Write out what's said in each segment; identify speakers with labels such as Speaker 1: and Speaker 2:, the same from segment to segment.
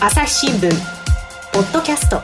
Speaker 1: 朝日新聞ポッドキャスト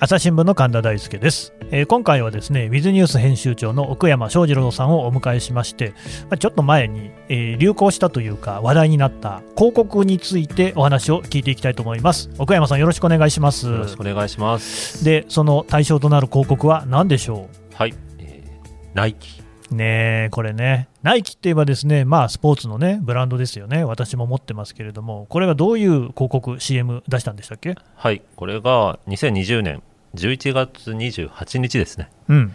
Speaker 2: 朝日新聞の神田大輔です、えー今回はですねウィズニュース編集長の奥山翔二郎さんをお迎えしまして、まあ、ちょっと前に、えー流行したというか話題になった広告についてお話を聞いていきたいと思います奥山さんよろしくお願いします
Speaker 3: よろしくお願いします。
Speaker 2: でその対象となる広告は何でしょ
Speaker 3: はい、えーナイキ。
Speaker 2: うねえこれねナイキって言えばですねまあスポーツのねブランドですよね私も持ってますけれどもこれがどういう広告 CM 出したんでしたっけ
Speaker 3: はい、これが2020年11月28日ですね。
Speaker 2: うん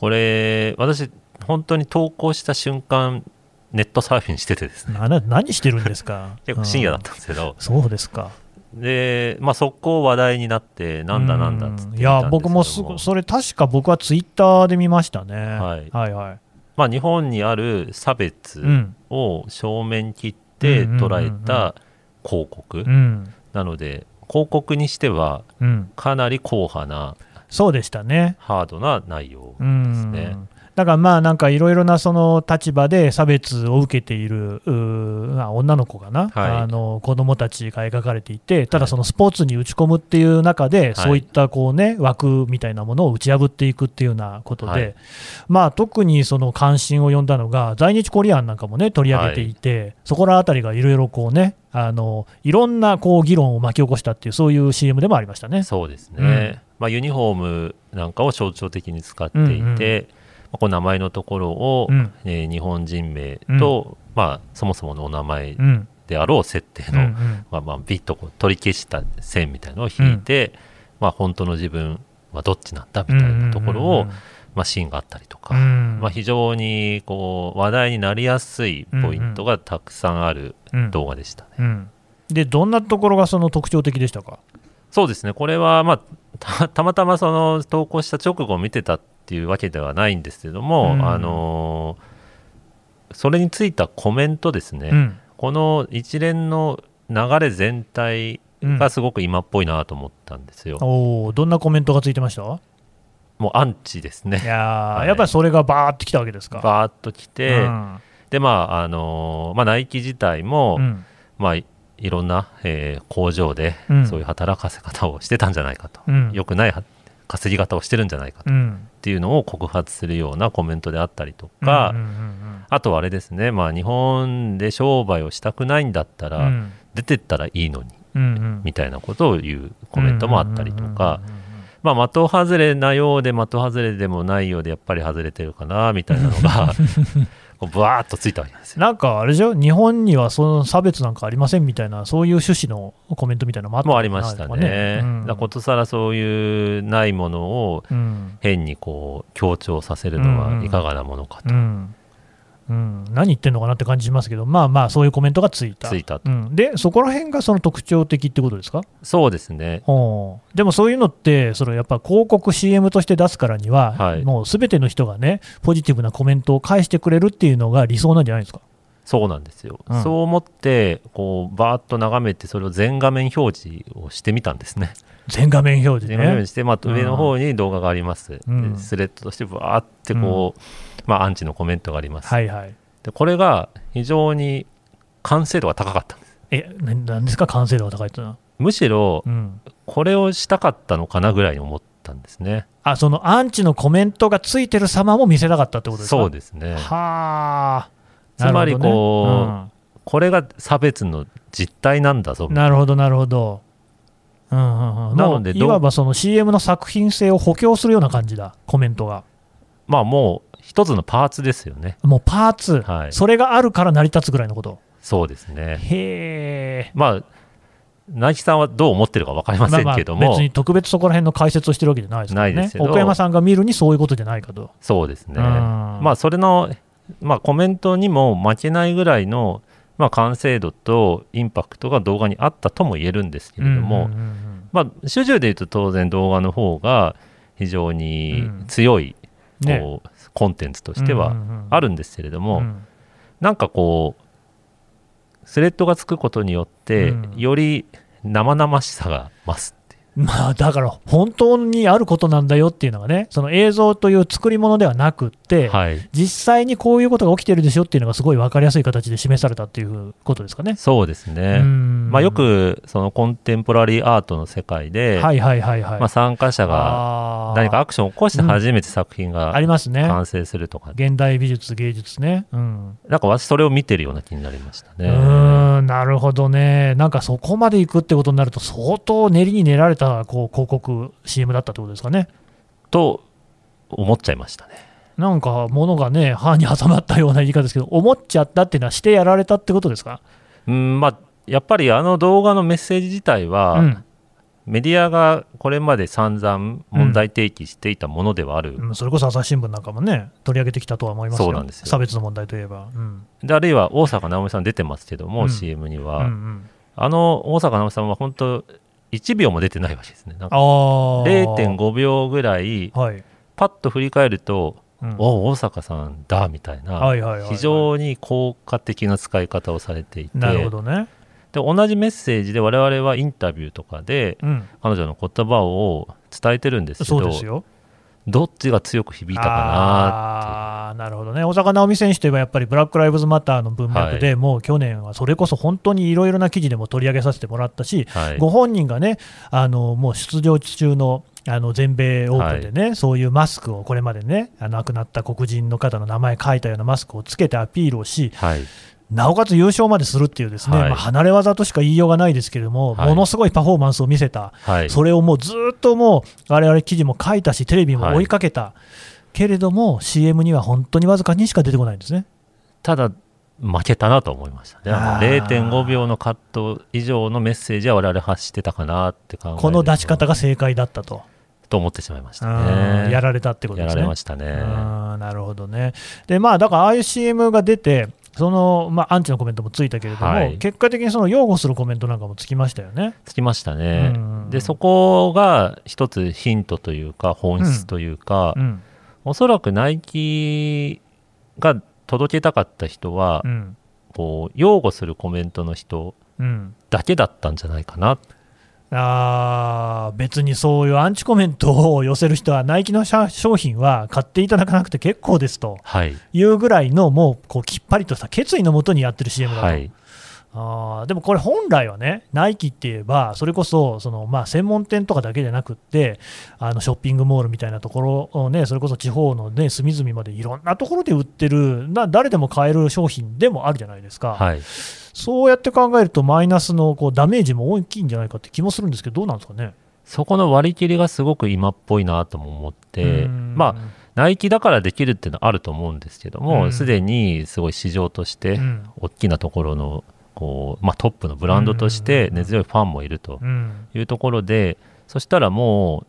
Speaker 3: これ、私、本当に投稿した瞬間、ネットサーフィンしててですね、
Speaker 2: なな何してるんですか
Speaker 3: 結構深夜だったんですけど、
Speaker 2: そうですか
Speaker 3: で、まあ、速攻話題になって、なんだなんだっつって
Speaker 2: うん
Speaker 3: 見
Speaker 2: い
Speaker 3: たんですけど
Speaker 2: や僕もすぐそれ確か僕はツイッターで見ましたね、
Speaker 3: はい
Speaker 2: はいはい
Speaker 3: まあ、日本にある差別
Speaker 2: うん
Speaker 3: を正面切って捉えた広告
Speaker 2: う。ん
Speaker 3: なので、広告にしては、
Speaker 2: うん
Speaker 3: かなり硬派な、
Speaker 2: そうでしたね
Speaker 3: ハードな内容
Speaker 2: う
Speaker 3: です
Speaker 2: ん
Speaker 3: ね。
Speaker 2: だからまあなんかいろいろなその立場で差別を受けているうーあ女の子かな、
Speaker 3: はい
Speaker 2: あの子供たちが描かれていてただそのスポーツに打ち込むっていう中で、そういったこうね枠みたいなものを打ち破っていくっていうようなことで、
Speaker 3: はい
Speaker 2: まあ特にその関心を呼んだのが在日コリアンなんかもね取り上げていて、そこらあたりがいろいろこうねあのいろんなこう議論を巻き起こしたっていうそういう CM でもありましたね。
Speaker 3: そうですね、
Speaker 2: うん
Speaker 3: まあ、ユニフォームなんかを象徴的に使ってい
Speaker 2: う
Speaker 3: て、
Speaker 2: んうん
Speaker 3: まあこの名前のところを、
Speaker 2: うん
Speaker 3: えー日本人名と、まあ、そもそものお名前
Speaker 2: うん
Speaker 3: であろう設定
Speaker 2: うんう
Speaker 3: の、
Speaker 2: ん
Speaker 3: まあ、まあビッとこう取り消した線みたいのを引いて、まあ、本当の自分はどっちなんだみたいなところを、まあ、シーンがあったりとか、
Speaker 2: うん
Speaker 3: まあ、非常にこう話題になりやすいポイントがたくさんある動画でしたね。
Speaker 2: うん、でどんなところがその特徴的でしたか、
Speaker 3: そうですね、これは、まあ、た たまたまその投稿した直後を見てたっていうわけではないんですけども、
Speaker 2: うん
Speaker 3: あのーそれについたコメントですね、
Speaker 2: うん
Speaker 3: この一連の流れ全体がすごく今っぽいなと思ったんですよ。
Speaker 2: おーどんなコメントがついてましたい
Speaker 3: もうアンチですね。
Speaker 2: やー、
Speaker 3: はい
Speaker 2: やっぱりそれがバーってきたわけですか。
Speaker 3: バーっと来て、
Speaker 2: うん
Speaker 3: で、まあ、あのーまあ、ナイキ自体も、
Speaker 2: うん
Speaker 3: まあ、いいろんな、えー工場で
Speaker 2: うん
Speaker 3: そういう働かせ方をしてたんじゃないかと、
Speaker 2: うん
Speaker 3: 良くないは稼ぎ方をしてるんじゃないかと。
Speaker 2: うん
Speaker 3: っていうのを告発するようなコメントであったりとか、
Speaker 2: うんうん
Speaker 3: あとはあれですね、まあ、日本で商売をしたくないんだった
Speaker 2: う
Speaker 3: ら、
Speaker 2: ん
Speaker 3: 出てったらいいのに
Speaker 2: うんうん
Speaker 3: みたいなことを言うコメントもあったりとか
Speaker 2: うん、うんうん
Speaker 3: まあ、的外れなようで的外れでもないようでやっぱり外れてるかなみたいなの がこうブワーっとついたわけなんですよ。
Speaker 2: なんかあれでしょ、日本にはその差別なんかありませんみたいな、そういう趣旨のコメントみたいなのもあったのか
Speaker 3: もうあ
Speaker 2: な
Speaker 3: りました
Speaker 2: とか
Speaker 3: ね。
Speaker 2: うん
Speaker 3: だことさらそういうないものを
Speaker 2: うん
Speaker 3: 変にこう強調させるのはいかがなものかと
Speaker 2: うんうん、何言ってんのかなって感じしますけど、まあまあ、そういうコメントがついた。
Speaker 3: ついたと
Speaker 2: うん、で、そこら辺がその特徴的ってことですか
Speaker 3: そうですね。
Speaker 2: ほうでもそういうのって、それやっぱ広告 CM として出すからには、
Speaker 3: はい
Speaker 2: もうすべての人がね、ポジティブなコメントを返してくれるっていうのが理想なんじゃないですか。
Speaker 3: そうなんですよ、
Speaker 2: うん
Speaker 3: そう思ってこうバーッと眺めてそれを全画面表示をしてみたんですね
Speaker 2: 全画面表示
Speaker 3: 全画面表
Speaker 2: ね。
Speaker 3: 示して、まあ、
Speaker 2: うん
Speaker 3: 上の方に動画があります、
Speaker 2: うん
Speaker 3: でスレッドとしてバーってこう、まあ、アンチのコメントがあります、
Speaker 2: はいはい。
Speaker 3: でこれが非常に完成度が高かったんです
Speaker 2: え、ななんですか、完成度が高いっていうのは。
Speaker 3: むしろ
Speaker 2: うん。
Speaker 3: これをしたかったのかなぐらいに思ったんですね
Speaker 2: あ、そのアンチのコメントがついてる様も見せたかったってことですか
Speaker 3: そうですね
Speaker 2: はあ。
Speaker 3: つまり
Speaker 2: なるほどね
Speaker 3: これが差別の実態なんだぞ
Speaker 2: うんなるほど、なるほど。うんうんうん、
Speaker 3: なので
Speaker 2: もうい
Speaker 3: どう
Speaker 2: わばその CM の作品性を補強するような感じだ、コメントが。
Speaker 3: まあもう一つのパーツですよね
Speaker 2: もうパーツ、
Speaker 3: はい
Speaker 2: それがあるから成り立つぐらいのこと。
Speaker 3: そうですね
Speaker 2: へえ。
Speaker 3: まあ、ナイキさんはどう思ってるか分かりませんけども、
Speaker 2: 別に特別そこら辺の解説をしてるわけじゃないですからね。
Speaker 3: ないですけど
Speaker 2: 奥山さんが見るにそういうことじゃないかと。
Speaker 3: そうですね、
Speaker 2: うん
Speaker 3: まあ、それの、まあ、コメントにも負けないぐらいの、まあ、完成度とインパクトが動画にあったとも言えるんですけれども、
Speaker 2: うんうんうん
Speaker 3: まあ、主従で言うと当然動画の方が非常に強
Speaker 2: うん
Speaker 3: い、
Speaker 2: ね
Speaker 3: こうコンテンツと
Speaker 2: うん
Speaker 3: してはあるんですけれども、なんかこうスレッドがつくことによって、
Speaker 2: うん
Speaker 3: より生々しさが増すっていう
Speaker 2: まあだから本当にあることなんだよっていうのがね、その映像という作り物ではなくって、
Speaker 3: はい、
Speaker 2: 実際にこういうことが起きてるでしょっていうのがすごい分かりやすい形で示されたっていうことですかね。
Speaker 3: そうですね、
Speaker 2: うん
Speaker 3: まあ、よくそのコンテンポラリーアートの世界で、
Speaker 2: はいはいはいはい。
Speaker 3: まあ、参加者が
Speaker 2: あー
Speaker 3: 何かアクションを起こして初めて作品
Speaker 2: あ
Speaker 3: が
Speaker 2: りますね。
Speaker 3: 完成するとか、
Speaker 2: 現代美術、芸術ね。うん。
Speaker 3: なんか私、それを見てるような気になりました
Speaker 2: う
Speaker 3: ね。
Speaker 2: ーんなるほどね。なんかそこまで行くってことになると、相当練りに練られたこう広告、CM だったってことですかね。
Speaker 3: と思っちゃいましたね。
Speaker 2: なんか物がね、歯に挟まったような言い方ですけど、思っちゃったっていうのは、してやられたってことですか。
Speaker 3: うんまあ、やっぱりあの動画のメッセージ自体は、
Speaker 2: うん
Speaker 3: メディアがこれまで散々問題提起していたものではある、
Speaker 2: うん、それこそ朝日新聞なんかもね、取り上げてきたとは思いますよ
Speaker 3: そうなんですよ
Speaker 2: 差別の問題といえば。うん
Speaker 3: であるいは大坂なおみさん出てますけど
Speaker 2: う
Speaker 3: も、
Speaker 2: ん
Speaker 3: CM に
Speaker 2: うん
Speaker 3: は、
Speaker 2: うん、
Speaker 3: あの大坂なおみさんは本当1秒も出てないわけですねなん
Speaker 2: あ
Speaker 3: か
Speaker 2: ー
Speaker 3: 0.5秒ぐらい
Speaker 2: はい、
Speaker 3: パッと振り返ると
Speaker 2: うん
Speaker 3: 「お大坂さんだ」みたいな、
Speaker 2: はいはいはいはい
Speaker 3: 非常に効果的な使い方をされていて
Speaker 2: なるほ
Speaker 3: で
Speaker 2: どね。
Speaker 3: 同じメッセージで我々はインタビューとかで
Speaker 2: うん、
Speaker 3: 彼女の言葉を伝えてるんですけ
Speaker 2: そう
Speaker 3: ど
Speaker 2: ですよ。
Speaker 3: どっちが強く響いたか
Speaker 2: あーなるほどね、大坂なおみ選手といえば、やっぱりブラック・ライブズ・マターの文脈で、
Speaker 3: は
Speaker 2: もう去年はそれこそ本当にいろいろな記事でも取り上げさせてもらったし、
Speaker 3: なっていう、はい
Speaker 2: ご本人がね、あのもう出場中のあの全米オープンでね、そういうマスクをこれまでね、あの亡くなった黒人の方の名前書いたようなマスクをつけてアピールをし、
Speaker 3: はい、
Speaker 2: なおかつ優勝までするっていう、ですね、
Speaker 3: はい
Speaker 2: まあ、離れ技としか言いようがないですけれども、
Speaker 3: はい
Speaker 2: ものすごいパフォーマンスを見せた、
Speaker 3: はい、
Speaker 2: それをもうずっともう、我々記事も書いたし、テレビも追いかけた。けれども CM には本当にわずかにしか出てこないんですね。
Speaker 3: ただ負けたなと思いましたねあの
Speaker 2: あー
Speaker 3: 0.5秒のカット以上のメッセージは我々発してたかなって考えると
Speaker 2: この出し方が正解だったと、
Speaker 3: と思ってしまいました
Speaker 2: うん
Speaker 3: ね
Speaker 2: やられたってこと
Speaker 3: や
Speaker 2: です
Speaker 3: ら
Speaker 2: ね
Speaker 3: れま。したね
Speaker 2: あーなるほどね。で、まあ、だからああいう CM が出て、その、まあ、アンチのコメントもついたけれども、
Speaker 3: はい
Speaker 2: 結果的にその擁護するコメントなんかもつきましたよね。
Speaker 3: つきましたね
Speaker 2: うん
Speaker 3: でそこが一つヒントというか本質というか、
Speaker 2: うん。
Speaker 3: おそらくナイキが届けたかった人は、
Speaker 2: うん。
Speaker 3: こう擁護するコメントの人
Speaker 2: うん。
Speaker 3: だけだったんじゃないかな
Speaker 2: あー別にそういうアンチコメントを寄せる人は、ナイキの商商品は買っていただかなくて結構ですと
Speaker 3: はい
Speaker 2: いうぐらいの、もうこうきっぱりとした決意のもとにやってる CM だと、
Speaker 3: はい
Speaker 2: あーでもこれ本来はね、ナイキって言えば、それこそその、まあ、専門店とかだけじゃなくって、あのショッピングモールみたいなところをね、それこそ地方の、ね、隅々までいろんなところで売ってる、な誰でも買える商品でもあるじゃないですか、
Speaker 3: はい
Speaker 2: そうやって考えると、マイナスのこうダメージも大きいんじゃないかって気もするんですけど、どうなんですかね。
Speaker 3: そこの割り切りがすごく今っぽいなとも思って、
Speaker 2: うん
Speaker 3: まあ、ナイキだからできるっていうのはあると思うんですけど
Speaker 2: う
Speaker 3: も、
Speaker 2: ん
Speaker 3: すでにすごい市場として
Speaker 2: う、ん
Speaker 3: 大きなところのこう、まあ、トップのブランドとして
Speaker 2: うん
Speaker 3: 根強いファンもいると
Speaker 2: うん
Speaker 3: いうところで、そしたらもう、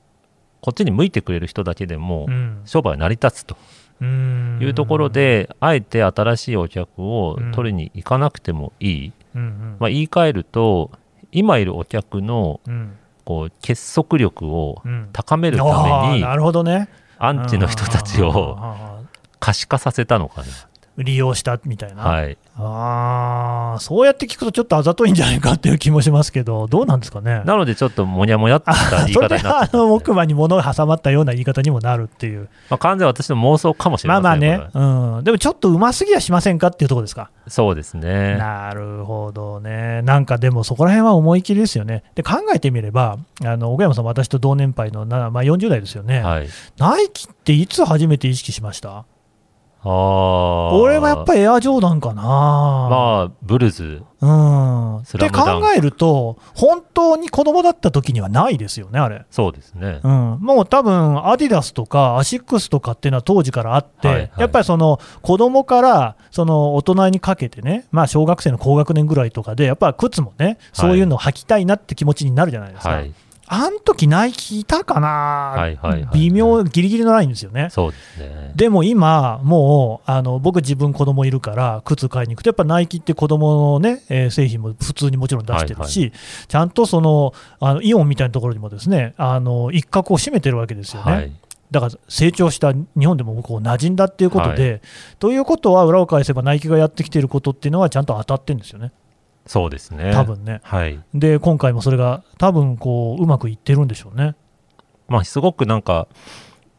Speaker 3: こっちに向いてくれる人だけでも
Speaker 2: う、ん
Speaker 3: 商売は成り立つと
Speaker 2: うん
Speaker 3: いうところで、あえて新しいお客を取りに行かなくてもいい、
Speaker 2: うんうん
Speaker 3: まあ、言い換えると、今いるお客の
Speaker 2: うん
Speaker 3: こう結束力を
Speaker 2: うん
Speaker 3: 高めるた
Speaker 2: あ
Speaker 3: め
Speaker 2: ー
Speaker 3: に
Speaker 2: なるほどね
Speaker 3: アンチの人たちを
Speaker 2: あ
Speaker 3: 可視化させたのか
Speaker 2: ー利用したみたい
Speaker 3: な、
Speaker 2: な、
Speaker 3: はい、
Speaker 2: あーそうやって聞くとちょっとあざといんじゃないかっていう気もしますけどどうなんですかね
Speaker 3: なのでちょっともにゃもやっとした言い
Speaker 2: それ
Speaker 3: 方
Speaker 2: で
Speaker 3: にな
Speaker 2: あ
Speaker 3: ってますね
Speaker 2: の木馬に物を挟まったような言い方にもなるっていう
Speaker 3: まあ、完全に私の妄想かもしれ
Speaker 2: まあま
Speaker 3: ま
Speaker 2: あ
Speaker 3: せん
Speaker 2: ね
Speaker 3: これ、
Speaker 2: うん、でもちょっとうますぎやしませんかっていうところですか、
Speaker 3: そうですね
Speaker 2: なるほどねなんかでもそこら辺は思い切りですよねで考えてみればあの奥山さん私と同年配の、なまあ、40代ですよね、
Speaker 3: はい
Speaker 2: ナイキっていつ初めて意識しました
Speaker 3: ああ
Speaker 2: 俺はやっぱ
Speaker 3: り
Speaker 2: りエアジョーダンかな、
Speaker 3: まあブルズ
Speaker 2: うん。っ
Speaker 3: スラ
Speaker 2: て
Speaker 3: ムダン
Speaker 2: 考
Speaker 3: ク
Speaker 2: えると、本当に子供だった時にはないですよね、あれ。
Speaker 3: そうですね、
Speaker 2: うん、もう多分、アディダスとかアシックスとかっていうのは当時からあって、
Speaker 3: はいはい
Speaker 2: やっぱりその子供からその大人にかけてね、まあ、小学生の高学年ぐらいとかで、やっぱり靴もね、そういうのを履きたいなって気持ちになるじゃないですか、
Speaker 3: はい
Speaker 2: あん時ナイキいたかな、
Speaker 3: はいはいはい
Speaker 2: 微妙、ギリギリのラインですよね。
Speaker 3: そうですね
Speaker 2: でも今、もうあの僕、自分、子供いるから、靴買いに行くと、やっぱナイキって子供のね、えー製品も普通にもちろん出してるし、ちゃんとそのあのイオンみたいなところにもですねあの一角を占めてるわけですよね。
Speaker 3: はい
Speaker 2: だから成長した日本でもこう馴染んだっていうことで、ということは裏を返せばナイキがやってきていることっていうのはちゃんと当たってるんですよね。
Speaker 3: そうですね。
Speaker 2: 多分ね。
Speaker 3: はい。
Speaker 2: で、今回もそれが、多分こう、うまくいってるんでしょうね。
Speaker 3: まあ、すごくなんか、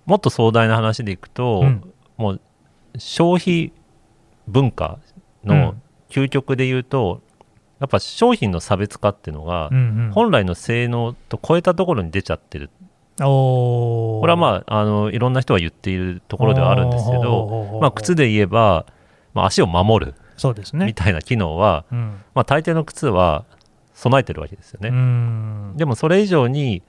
Speaker 3: もっと壮大な話でいくと、
Speaker 2: うん
Speaker 3: もう消費文化
Speaker 2: う
Speaker 3: の
Speaker 2: ん
Speaker 3: 究極で言うと、やっぱ商品の差別化っていうのが
Speaker 2: う、んうん、
Speaker 3: 本来の性能と超えたところに出ちゃってる、
Speaker 2: お
Speaker 3: これはまああのいろんな人が言っているところではあるんですけど、
Speaker 2: ど
Speaker 3: まあ、靴で言えば、まあ、足を守る
Speaker 2: そうです
Speaker 3: み
Speaker 2: ね。
Speaker 3: たいな機能は、
Speaker 2: うん
Speaker 3: まあ、大抵の靴は備えてるわけですよね。
Speaker 2: うん
Speaker 3: でもそれ以上に、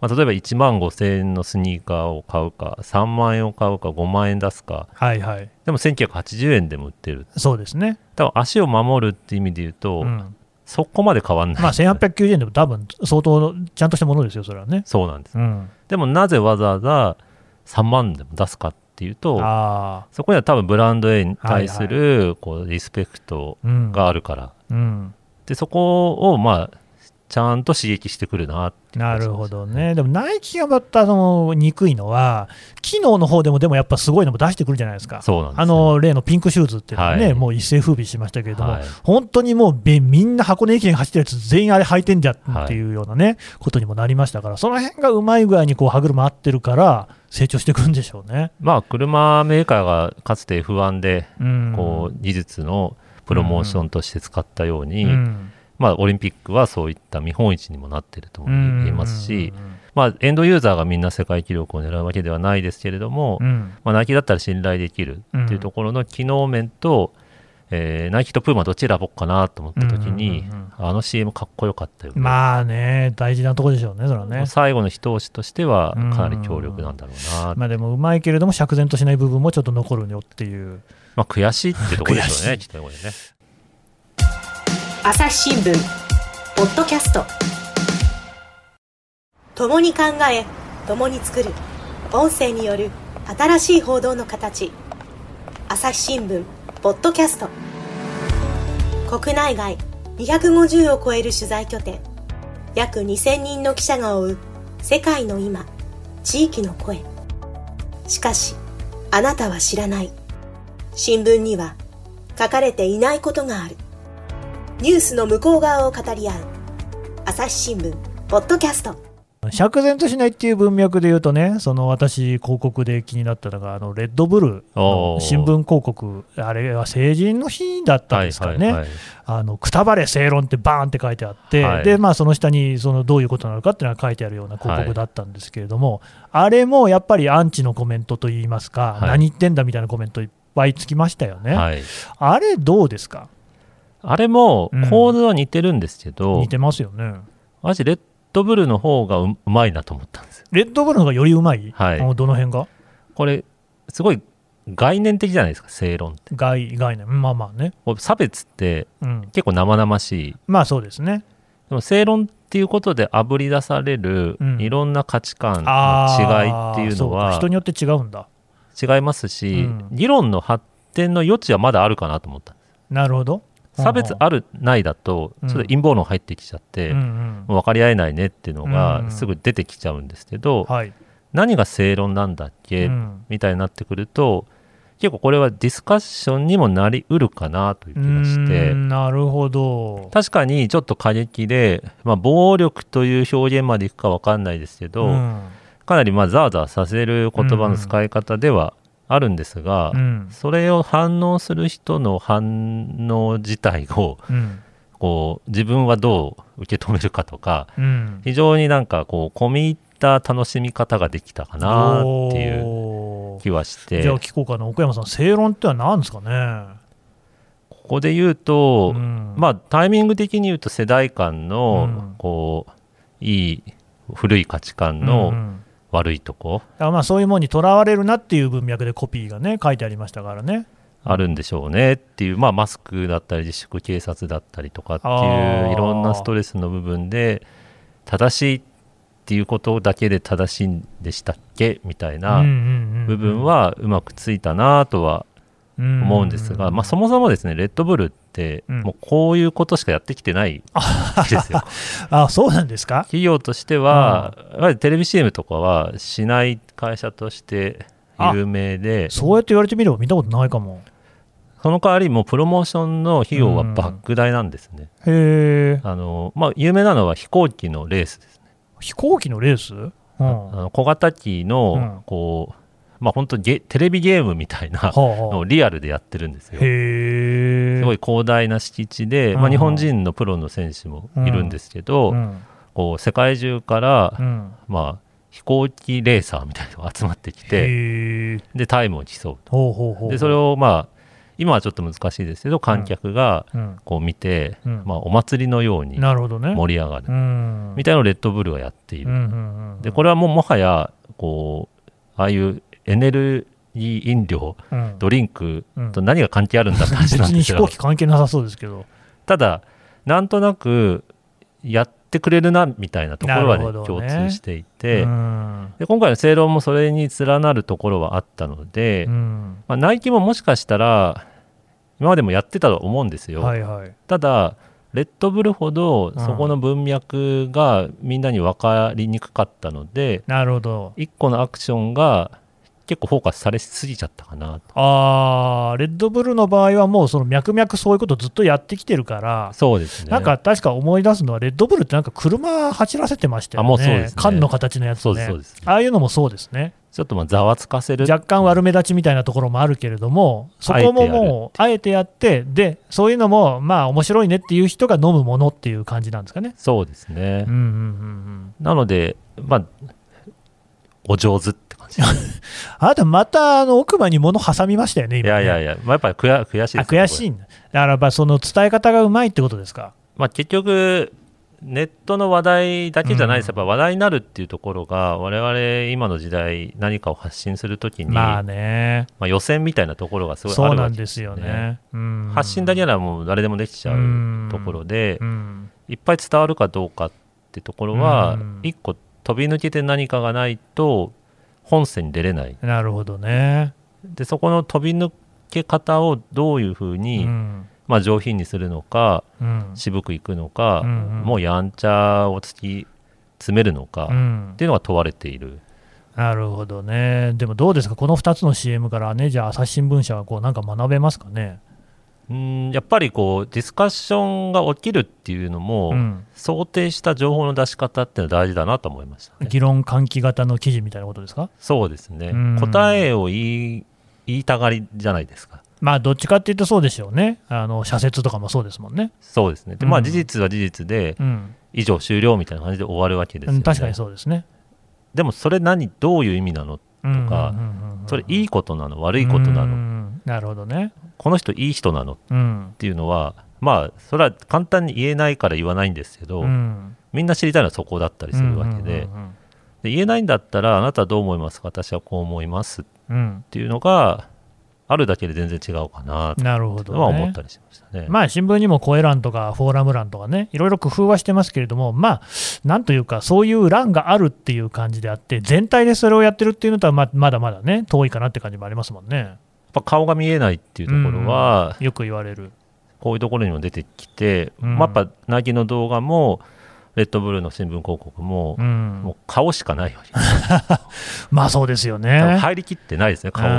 Speaker 3: まあ、例えば1万5000円のスニーカーを買うか3万円を買うか5万円出すか
Speaker 2: はいはい、
Speaker 3: でも1980円でも売ってる
Speaker 2: そうですね。
Speaker 3: 多分足を守るって意味で言うと、
Speaker 2: うん
Speaker 3: そこまで変わんない、
Speaker 2: まあ、1890円でも多分相当ちゃんとしたものですよ、それはね。
Speaker 3: そうなんです
Speaker 2: うん、
Speaker 3: でもなぜわざわざ3万でも出すかっていうと
Speaker 2: あ
Speaker 3: そこには多分ブランド A に対するこうリスペクト
Speaker 2: あ、うん、
Speaker 3: があるから、
Speaker 2: うん、
Speaker 3: でそこをまあちゃんと刺激してくるなって
Speaker 2: なるほどね。でも、ナイキがまたその憎いのは、機能の方でも、でもやっぱすごいのも出してくるじゃないですか。
Speaker 3: そうなんです
Speaker 2: あの例のピンクシューズっていうのはね、
Speaker 3: はい
Speaker 2: もう一世風靡しましたけれども、
Speaker 3: はい
Speaker 2: 本当にもうべみんな箱根駅伝走ってるやつ、全員あれ履いてんじゃっていうようなね、ことにもなりましたから、その辺がうまい具合にこう歯車合ってるから、成長していくんでしょうね。
Speaker 3: まあ車メーカーがかつて F1 で
Speaker 2: うん、
Speaker 3: こう技術のプロモーションとして使ったように、
Speaker 2: うん
Speaker 3: まあ、オリンピックはそういった見本市にもなっているとも言えますし、
Speaker 2: うん
Speaker 3: まあ、エンドユーザーがみんな世界記録を狙うわけではないですけれども、
Speaker 2: うん
Speaker 3: まあ、ナイキだったら信頼できるっていうところの機能面と、えーナイキとプーマどちらぼっかなと思った時
Speaker 2: う
Speaker 3: に、
Speaker 2: んうんうん
Speaker 3: あの CM かっこよかったよね、
Speaker 2: まあね、大事なとこでしょうね、それはね。
Speaker 3: 最後の一押しとしては
Speaker 2: うん
Speaker 3: かなり強力なんだろうな、
Speaker 2: まあでもうまいけれども、釈然としない部分もちょっと残るよっていう。
Speaker 3: まあ、悔しいってところですよね
Speaker 2: 悔
Speaker 3: きっとねこれね
Speaker 1: 朝日新聞ポッドキャスト
Speaker 4: 共に考え共に作る音声による新しい報道の形朝日新聞ポッドキャスト国内外250を超える取材拠点約2000人の記者が追う世界の今地域の声しかしあなたは知らない新聞には書かれていないことがあるニュースの向こう側を語り合う朝日新聞ポッドキャスト
Speaker 2: 釈然としないっていう文脈で言うとね、その私、広告で気になったのが、あのレッドブルの新聞広告、あれは成人の日だったんですかね、
Speaker 3: はいはいはい
Speaker 2: あのくたばれ正論ってバーンって書いてあって、
Speaker 3: はい
Speaker 2: でまあ、その下にそのどういうことなのかっていうのが書いてあるような広告だったんですけれども、あれもやっぱりアンチのコメントといいますか、
Speaker 3: はい
Speaker 2: 何言ってんだみたいなコメントいっぱいつきましたよね、
Speaker 3: はい
Speaker 2: あれどうですか、
Speaker 3: あれも
Speaker 2: うん
Speaker 3: 構図は似てるんですけど、
Speaker 2: 似てますよね、
Speaker 3: 私レッドブルの方がううまいなと思ったんですよ
Speaker 2: レッドブルの方がよりうまい、
Speaker 3: はい
Speaker 2: あのどの辺が
Speaker 3: これすごい概念的じゃないですか正論って
Speaker 2: 概概念、まあまあね、
Speaker 3: こう差別って
Speaker 2: うん、
Speaker 3: 結構生々しい
Speaker 2: まあそうですね。
Speaker 3: でも正論っていうことであぶり出される
Speaker 2: うん
Speaker 3: いろんな価値観
Speaker 2: あ
Speaker 3: の
Speaker 2: ー
Speaker 3: 違いっていうの
Speaker 2: そ
Speaker 3: は
Speaker 2: か人によって違うんだ
Speaker 3: 違いますし、
Speaker 2: うん
Speaker 3: 議論の発展の余地はまだあるかなと思った
Speaker 2: なるほど
Speaker 3: 差別あるないだと
Speaker 2: うん
Speaker 3: ちょっと陰謀論入ってきちゃって、
Speaker 2: うんう
Speaker 3: も
Speaker 2: ん
Speaker 3: う分かり合えないねっていうの
Speaker 2: うん
Speaker 3: がすぐ出てきちゃうんですけど、
Speaker 2: はい、
Speaker 3: 何が正論なんだっけ、
Speaker 2: うん
Speaker 3: みたいになってくると結構これはディスカッションにもなりうるかなという気がして
Speaker 2: うーんなるほど
Speaker 3: 確かにちょっと過激で、まあ、暴力という表現までいくか分かんないですけど、
Speaker 2: うん
Speaker 3: かなりまあザワザワさせる言葉の使い方ではあるんですが、
Speaker 2: うん
Speaker 3: それを反応する人の反応自体を
Speaker 2: うん
Speaker 3: こう自分はどう受け止めるかとか
Speaker 2: うん
Speaker 3: 非常になんかこう込み入った楽しみ方ができたかなっていう
Speaker 2: おー
Speaker 3: 気はして。
Speaker 2: じゃあ聞こうかな奥山さん正論ってのは何ですかね
Speaker 3: ここで言うと、
Speaker 2: うん
Speaker 3: まあタイミング的に言うと世代間
Speaker 2: う
Speaker 3: の
Speaker 2: ん
Speaker 3: こういい古い価値観
Speaker 2: うんう
Speaker 3: の
Speaker 2: ん
Speaker 3: 悪いとこ
Speaker 2: だからまあそういうものにとらわれるなっていう文脈でコピーがね書いてありましたからね
Speaker 3: あるんでしょうねっていう、まあ、マスクだったり自粛警察だったりとかって
Speaker 2: あ
Speaker 3: い
Speaker 2: ー
Speaker 3: ういろんなストレスの部分で正しいっていうことだけで正しいんでしたっけみ
Speaker 2: う
Speaker 3: たい
Speaker 2: んう
Speaker 3: な
Speaker 2: う
Speaker 3: ん
Speaker 2: ん
Speaker 3: 部分はうまくついたなとは思うんですが、まあ、そもそもですねレッドブルって
Speaker 2: うん
Speaker 3: もうこういうことしかやってきてないで すよ。
Speaker 2: あそうなんですか
Speaker 3: 企業としては、やはりテレビ CM とかはしない会社として有名で、
Speaker 2: そうやって言われてみれば見たことないかも
Speaker 3: その代わりもうプロモーションの費用は莫大なんですね、
Speaker 2: へえ
Speaker 3: あのまあ、有名なのは飛行機のレースですね、
Speaker 2: 飛行機のレース、うん、
Speaker 3: あの小型機の
Speaker 2: うん
Speaker 3: こう、まあ、本当ゲテレビゲームみたいな
Speaker 2: はあ
Speaker 3: の
Speaker 2: は
Speaker 3: を
Speaker 2: あ、
Speaker 3: リアルでやってるんですよ
Speaker 2: へえ
Speaker 3: すごい広大な敷地で、
Speaker 2: う
Speaker 3: まあ、
Speaker 2: ん
Speaker 3: 日本人のプロの選手もいるんですけど、
Speaker 2: うん
Speaker 3: こう世界中から、
Speaker 2: うん、
Speaker 3: まあ、飛行機レーサーみたいなのが集まってきて
Speaker 2: へえ
Speaker 3: でタイムを競
Speaker 2: ほうほうほ
Speaker 3: う
Speaker 2: う
Speaker 3: でそれを、まあ、今はちょっと難しいですけど観客が
Speaker 2: うん
Speaker 3: こう見て、
Speaker 2: うん
Speaker 3: まあ、お祭りのように
Speaker 2: なるほどね
Speaker 3: 盛り上がる
Speaker 2: うん
Speaker 3: みたいなのをレッドブルがやっている、
Speaker 2: うんうんうん、
Speaker 3: でこれはもうもはやこうああいうエネルギー飲料
Speaker 2: れ、うん、
Speaker 3: ドリンク
Speaker 2: うん
Speaker 3: と何が関係あるんだって話
Speaker 2: 別
Speaker 3: なん
Speaker 2: に
Speaker 3: で
Speaker 2: 飛
Speaker 3: す
Speaker 2: 行
Speaker 3: よ
Speaker 2: 機関係なさそうですけど
Speaker 3: ただなんとなくやってくれるなみたいなところは、ね
Speaker 2: なるほど
Speaker 3: 共
Speaker 2: ね
Speaker 3: 通していて、
Speaker 2: うん
Speaker 3: で今回の正論もそれに連なるところはあったので、
Speaker 2: うん
Speaker 3: まあ、ナイキももしかしたら今までもやってたと思うんですよ、
Speaker 2: はいはい
Speaker 3: ただレッドブルほど
Speaker 2: ん
Speaker 3: そこの文脈がみんなに分かりにくかったので、
Speaker 2: なるほど
Speaker 3: 一個のアクションが結構フォーカスされすぎちゃったかな
Speaker 2: あーレッドブルの場合はもうその脈々そういうことずっとやってきてるから
Speaker 3: そうですね
Speaker 2: なんか確か思い出すのは、レッドブルってなんか車走らせてましたよね、
Speaker 3: あもうそうですね
Speaker 2: 缶の形のやつ
Speaker 3: そうです
Speaker 2: ね
Speaker 3: そうです
Speaker 2: ああいうのもそうですね、
Speaker 3: ちょっとまあざわつかせる
Speaker 2: 若干悪目立ちみたいなところもあるけれども、そこももう、あえてやって、で、そういうのも、まあ、面白いねっていう人が飲むものっていう感じなんですかね。
Speaker 3: そうですね
Speaker 2: うん、うんうんうん、
Speaker 3: なのでまあお上手って感じい
Speaker 2: あなた、またあの奥歯に物挟みましたよね、今ね
Speaker 3: やいやいや、まあ、やっぱり悔悔しい
Speaker 2: あ
Speaker 3: ですね
Speaker 2: 悔しい
Speaker 3: これ
Speaker 2: んだ。だから、その伝え方がうまいってことですか。
Speaker 3: まあ、結局ネットの話題だけじゃないです、
Speaker 2: うん
Speaker 3: やっぱ話題になるっていうところが我々今の時代何かを発信するときに、
Speaker 2: ま
Speaker 3: ま
Speaker 2: あ
Speaker 3: あ
Speaker 2: ね、
Speaker 3: 予選みたいなところがすごいあるわ
Speaker 2: そ
Speaker 3: け
Speaker 2: うなんですよね。うん
Speaker 3: 発信だけならもう誰でもできちゃうところで、
Speaker 2: うん
Speaker 3: いっぱい伝わるかどうかってところは、
Speaker 2: うん
Speaker 3: 一個飛び抜けて何かがないと本線に出れない
Speaker 2: なるほどね。
Speaker 3: でそこの飛び抜け方をどういうふう
Speaker 2: う
Speaker 3: に、
Speaker 2: ん
Speaker 3: まあ、上品にするのか
Speaker 2: うん
Speaker 3: 渋くいくのか、
Speaker 2: うんうん
Speaker 3: もうやんちゃを突き詰めるのか、
Speaker 2: う
Speaker 3: っ
Speaker 2: ん
Speaker 3: ていうのが問われている
Speaker 2: なるほどね、でもどうですか、この2つの CM からね、じゃあ、朝日新聞社はこうなんか学べますかね。
Speaker 3: うんやっぱりこうディスカッションが起きるっていうのも、
Speaker 2: うん
Speaker 3: 想定した情報の出し方っていうのは大事だなと思いました、ね、
Speaker 2: 議論喚起型の記事みたいなことですか、
Speaker 3: そうですね、
Speaker 2: うん
Speaker 3: 答えを言い言いたがりじゃないですか
Speaker 2: まあ、どっちかっていうとそうでしょうね、あの社説とかもそうですもんね、
Speaker 3: そうですね。で、ま
Speaker 2: う
Speaker 3: あ
Speaker 2: ん
Speaker 3: 事実は事実で、
Speaker 2: うん
Speaker 3: 以上終了みたいな感じで終わるわけですよ、ね。
Speaker 2: 確かにそうですね。
Speaker 3: でもそれ何、どういう意味なの
Speaker 2: と
Speaker 3: かそれ
Speaker 2: い
Speaker 3: いいことなの悪いことなの
Speaker 2: のなるほどね、
Speaker 3: この人いい人なのっ
Speaker 2: うん
Speaker 3: ていうのは、まあ、それは簡単に言えないから言わないんですけど、
Speaker 2: うん
Speaker 3: みんな知りたいのはそこだったりするわけで,、
Speaker 2: うんうん
Speaker 3: で、言えないんだったら、あなたはどう思いますか私はこう思いますっ
Speaker 2: うん
Speaker 3: ていうのが、あるだけで全然違うかな
Speaker 2: うんなるほ
Speaker 3: と
Speaker 2: ど、ね、
Speaker 3: は思ったりしましたね。
Speaker 2: まあ、新聞にも声欄とかフォーラム欄とかね、いろいろ工夫はしてますけれども、まあ、なんというか、そういう欄があるっていう感じであって、全体でそれをやってるっていうのとはま、まだまだね、遠いかなって感じもありますもんね。
Speaker 3: やっぱ顔が見えないっていうところは、
Speaker 2: よく言われる。
Speaker 3: こういうところにも出てきて、
Speaker 2: うん
Speaker 3: まあ、やっぱナギの動画もレッドブルーの新聞広告も、
Speaker 2: うん、
Speaker 3: もう顔しかないわけです、
Speaker 2: まあ、そうですよ
Speaker 3: 多分
Speaker 2: ね。
Speaker 3: 入りきってないですね顔も
Speaker 2: う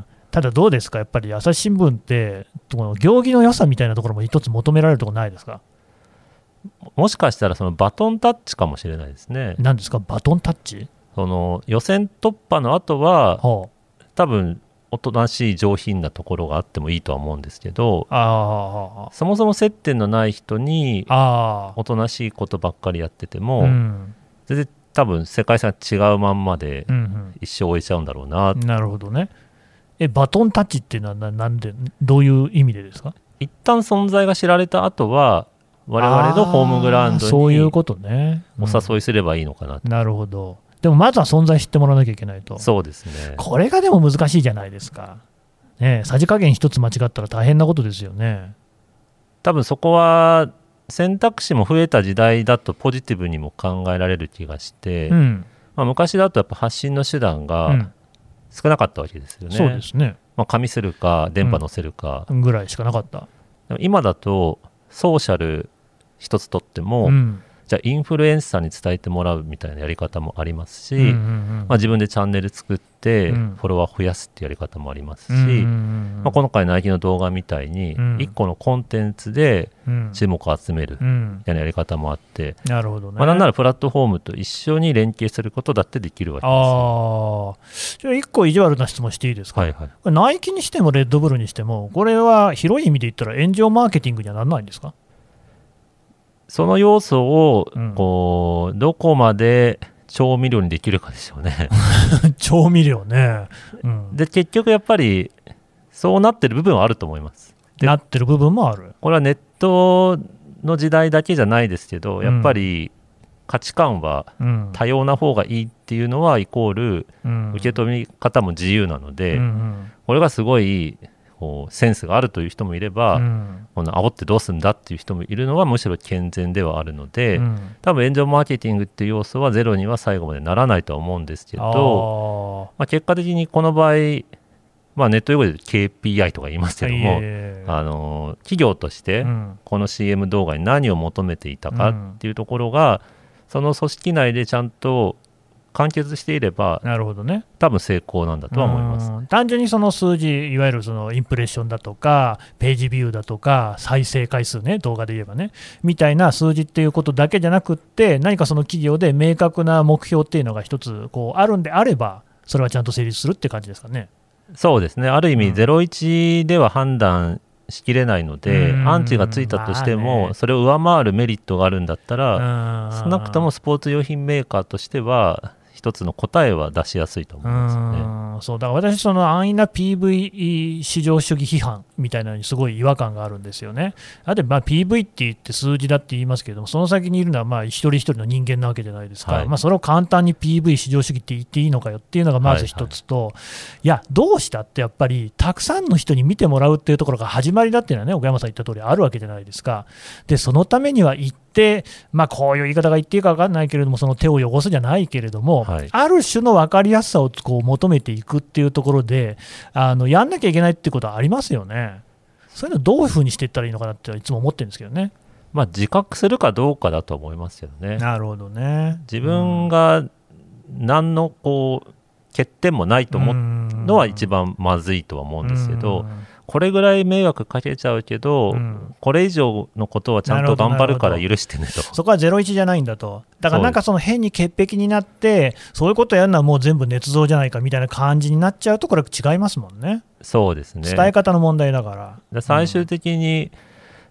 Speaker 2: んただどうですか、やっぱり朝日新聞って、この行儀の良さみたいなところも一つ求められるところないですか、
Speaker 3: もしかしたらそのバトンタッチかもしれないですね
Speaker 2: なんですか、バトンタッチ、
Speaker 3: その予選突破の後は
Speaker 2: は
Speaker 3: 多分おとなしい上品なところがあってもいいとは思うんですけど
Speaker 2: あ、あ
Speaker 3: そもそも接点のない人に
Speaker 2: あ、ああ、
Speaker 3: おとなしいことばっかりやってても、
Speaker 2: うん
Speaker 3: 全然多分世界線が違うまんまで
Speaker 2: うんうん、
Speaker 3: 一生終えちゃうんだろうな、
Speaker 2: なるほどね。え、バトンタッチっていうのはななんで、どういう意味でですか
Speaker 3: 一旦存在が知られた後は我々のホームグラウン
Speaker 2: あーそ
Speaker 3: ド
Speaker 2: うい
Speaker 3: に
Speaker 2: う
Speaker 3: お
Speaker 2: ことね。
Speaker 3: 誘いすればいいのかな、
Speaker 2: うんなるほど。でもまずは存在知ってもらわなきゃいけないと。
Speaker 3: そうですね
Speaker 2: これがでも難しいじゃないですか。ねえ、さじ加減一つ間違ったら大変なことですよね。
Speaker 3: 多分そこは選択肢も増えた時代だとポジティブにも考えられる気がして、
Speaker 2: うん、
Speaker 3: まあ、昔だとやっぱ発信の手段
Speaker 2: う
Speaker 3: が
Speaker 2: ん
Speaker 3: 少なかったわけですよね、
Speaker 2: そうですね。
Speaker 3: まあ、紙するか電波載せるか、
Speaker 2: ぐらいしかなかった。
Speaker 3: でも今だとソーシャル一つとっても、
Speaker 2: うん、
Speaker 3: じゃあインフルエンサーに伝えてもらうみたいなやり方もありますし、
Speaker 2: うんうんうん
Speaker 3: まあ、自分でチャンネル作って
Speaker 2: うん
Speaker 3: フォロワー増やすっていうやり方もありますし、
Speaker 2: うんうんうん
Speaker 3: まあ、今回のナイキの動画みたいに
Speaker 2: うん
Speaker 3: 1個のコンテンツで
Speaker 2: うん
Speaker 3: 注目を集めるみ
Speaker 2: うん
Speaker 3: たいなやり方もあって、
Speaker 2: なるほどね。
Speaker 3: まあ、なんならプラットフォームと一緒に連携することだってできるわけですよ。
Speaker 2: ああ、じゃあ、1個意地悪な質問していいですか、
Speaker 3: はいはい、
Speaker 2: これナイキにしてもレッドブルにしても、これは広い意味で言ったら炎上マーケティングにはならないんです か
Speaker 3: その要素を
Speaker 2: うん
Speaker 3: こうどこまで調味料にできるかでしょうね。
Speaker 2: 調味料ね、うん、
Speaker 3: で結局やっぱりそうなってる部分はあると思います。
Speaker 2: なってる部分もある。
Speaker 3: これはネットの時代だけじゃないですけどやっぱり価値観は
Speaker 2: うん
Speaker 3: 多様な方がいいっていうのはイコール
Speaker 2: うん
Speaker 3: 受け止め方も自由なので、
Speaker 2: うんうん
Speaker 3: これがすごいこうセンスがあるという人もいれば、
Speaker 2: うん
Speaker 3: この煽ってどうすんだっていう人もいるのはむしろ健全ではあるので、
Speaker 2: うん
Speaker 3: 多分炎上マーケティングっていう要素はゼロには最後までならないとは思うんですけどまあ、結果的にこの場合、まあ、ネット用語で KPI とか言います
Speaker 2: あー
Speaker 3: けど
Speaker 2: い
Speaker 3: も、
Speaker 2: え
Speaker 3: あの企業として
Speaker 2: うん
Speaker 3: この CM 動画に何を求めていたかっていうところが、その組織内でちゃんと完結していれば
Speaker 2: なるほどね。
Speaker 3: 多分成功なんだとは思います。
Speaker 2: うん単純にその数字、いわゆるそのインプレッションだとか、ページビューだとか、再生回数ね、動画で言えばね、みたいな数字っていうことだけじゃなくって、何かその企業で明確な目標っていうのが一つこうあるんであれば、それはちゃんと成立するって感じですかね。
Speaker 3: そうですねある意
Speaker 2: う
Speaker 3: 味
Speaker 2: ん
Speaker 3: 01では判断しきれないので、
Speaker 2: うん
Speaker 3: アンチがついたとしても、
Speaker 2: まあね
Speaker 3: それを上回るメリットがあるんだった
Speaker 2: 少
Speaker 3: ら、少なくともスポーツ用品メーカーとしては一つの答えは出しやすいと思
Speaker 2: う
Speaker 3: いますよね。
Speaker 2: んそうだから私、その安易な PV 市場主義批判みたいなのにすごい違和感があるんですよね。だってまあ PV って言って数字だって言いますけれども、その先にいるのはまあ一人一人の人間なわけじゃないですか、
Speaker 3: はい
Speaker 2: まあ、それを簡単に PV 市場主義って言っていいのかよっていうのがまず一つと、いや、どうしたってやっぱり、たくさんの人に見てもらうっていうところが始まりだっていうのはね、奥山さん言った通りあるわけじゃないですか。でそのためには一定、まあ、こういう言い方が言っていいか分かんないけれども、その手を汚すじゃないけれども、
Speaker 3: はい
Speaker 2: ある種の分かりやすさをこう求めていくっていうところで、あのやんなきゃいけないっていうことはありますよね。そういうのどういうふうにしていったらいいのかなっていつも思ってるんですけどね。
Speaker 3: まあ、自覚するかどうかだと思いますよね。
Speaker 2: なるほどね。
Speaker 3: 自分が何のこう欠点もないと思う
Speaker 2: の
Speaker 3: のは一番まずいとは思うんですけど、
Speaker 2: うん
Speaker 3: これぐらい迷惑かけちゃうけど、
Speaker 2: うん
Speaker 3: これ以上のことはちゃんと頑張るから許してねと。
Speaker 2: そこは01じゃないんだと、だからなんかその変に潔癖になって、そういうことやるのはもう全部捏造じゃないかみたいな感じになっちゃうと、これ違いますもんね、
Speaker 3: そうですね。
Speaker 2: 伝え方の問題だから。
Speaker 3: で最終的に、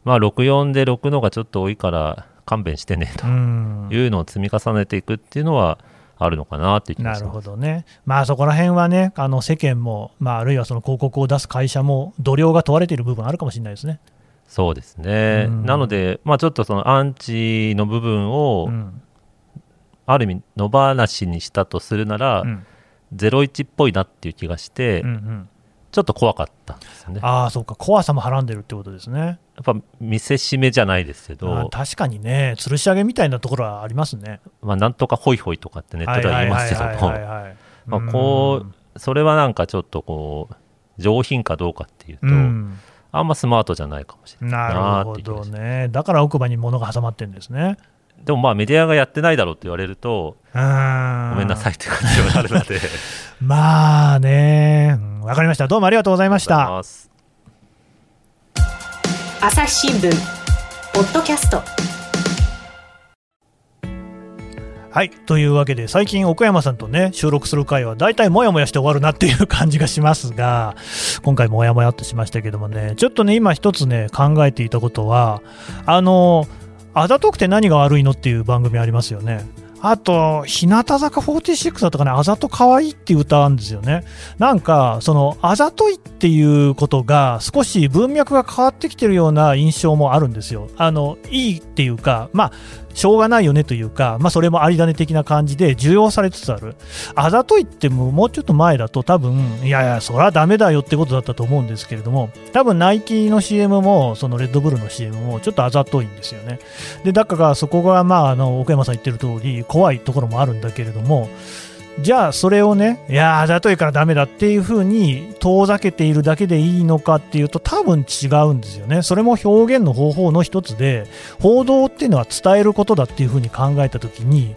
Speaker 3: まあ、64で6のがちょっと多いから勘弁してねと
Speaker 2: うん
Speaker 3: いうのを積み重ねていくっていうのはあるのかなっていう気
Speaker 2: な
Speaker 3: がし
Speaker 2: る
Speaker 3: ま
Speaker 2: ほ
Speaker 3: す。
Speaker 2: どね、まあ、そこら辺はね、あの世間も、まあ、あるいはその広告を出す会社も、度量が問われている部分あるかもしれないですね。
Speaker 3: そうですね。
Speaker 2: うん
Speaker 3: なので、まあ、ちょっとそのアンチの部分を
Speaker 2: うん
Speaker 3: ある意味野放しにしたとするなら、
Speaker 2: うん
Speaker 3: 01っぽいなっていう気がして、
Speaker 2: うんうん
Speaker 3: ちょっと怖かったんですよね。や
Speaker 2: ああ、そうか、怖さもはらんでるってことですね。
Speaker 3: っぱ見せしめじゃないです
Speaker 2: あ
Speaker 3: けど
Speaker 2: ー、確かにね、吊るし上げみたいなところはありますね。
Speaker 3: まあ、なんとかホイホイとかってネットでは言いますけど
Speaker 2: はい
Speaker 3: も
Speaker 2: はいはい、はいはい
Speaker 3: まあ、こうそれはなんかちょっとこう上品かどうかっていう
Speaker 2: う
Speaker 3: と、
Speaker 2: んうん
Speaker 3: あんまスマートじゃないかもしれな
Speaker 2: な
Speaker 3: いな
Speaker 2: る
Speaker 3: ーっ
Speaker 2: ほ
Speaker 3: ていう気が
Speaker 2: ど
Speaker 3: します
Speaker 2: ね、だから奥歯に物が挟まってるんですね。
Speaker 3: でもまあメディアがやってないだろうって言われると
Speaker 2: ごめ
Speaker 3: ごめんなさ
Speaker 2: い。
Speaker 3: いっていう感じになるの で
Speaker 2: まあね、うんわかりました、どうもありがとうございまし
Speaker 3: ありがとうござ
Speaker 2: た。
Speaker 3: います
Speaker 1: 朝日新聞ポッドキャスト
Speaker 2: はいというわけで最近奥山さんとね収録する回は大体モヤモヤして終わるなっていう感じがしますが今回モヤモヤっとしましたけどもねちょっとね今一つね考えていたことはあの「あざとくて何が悪いの?」っていう番組ありますよね。あと、日向坂46だとかね、あざと可愛いっていう歌あるんですよね。なんか、その、あざといっていうことが、少し文脈が変わってきてるような印象もあるんですよ。あの、いいっていうか、まあ、しょうがないよねというか、まあ、それもありだね的な感じで、受容されつつある。あざといってもう、もうちょっと前だと、多分、いやいや、そらダメだよってことだったと思うんですけれども、多分、ナイキの CM も、その、レッドブルの CM も、ちょっとあざといんですよね。でだからそこがまああの奥山さん言ってる通り怖いところもあるんだけれどもじゃあそれをねいやーだといいからダメだっていうふうに遠ざけているだけでいいのかっていうと多分違うんですよねそれも表現の方法の一つで報道っていうのは伝えることだっていうふうに考えた時に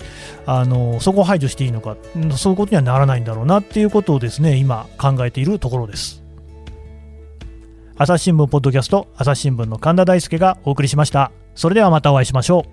Speaker 2: あのそこを排除していいのかうんそういうことにはならないんだろうなっていうことをですね今考えているところです朝日新聞ポッドキャスト朝日新聞の神田大輔がお送りしましたそれではまたお会いしましょう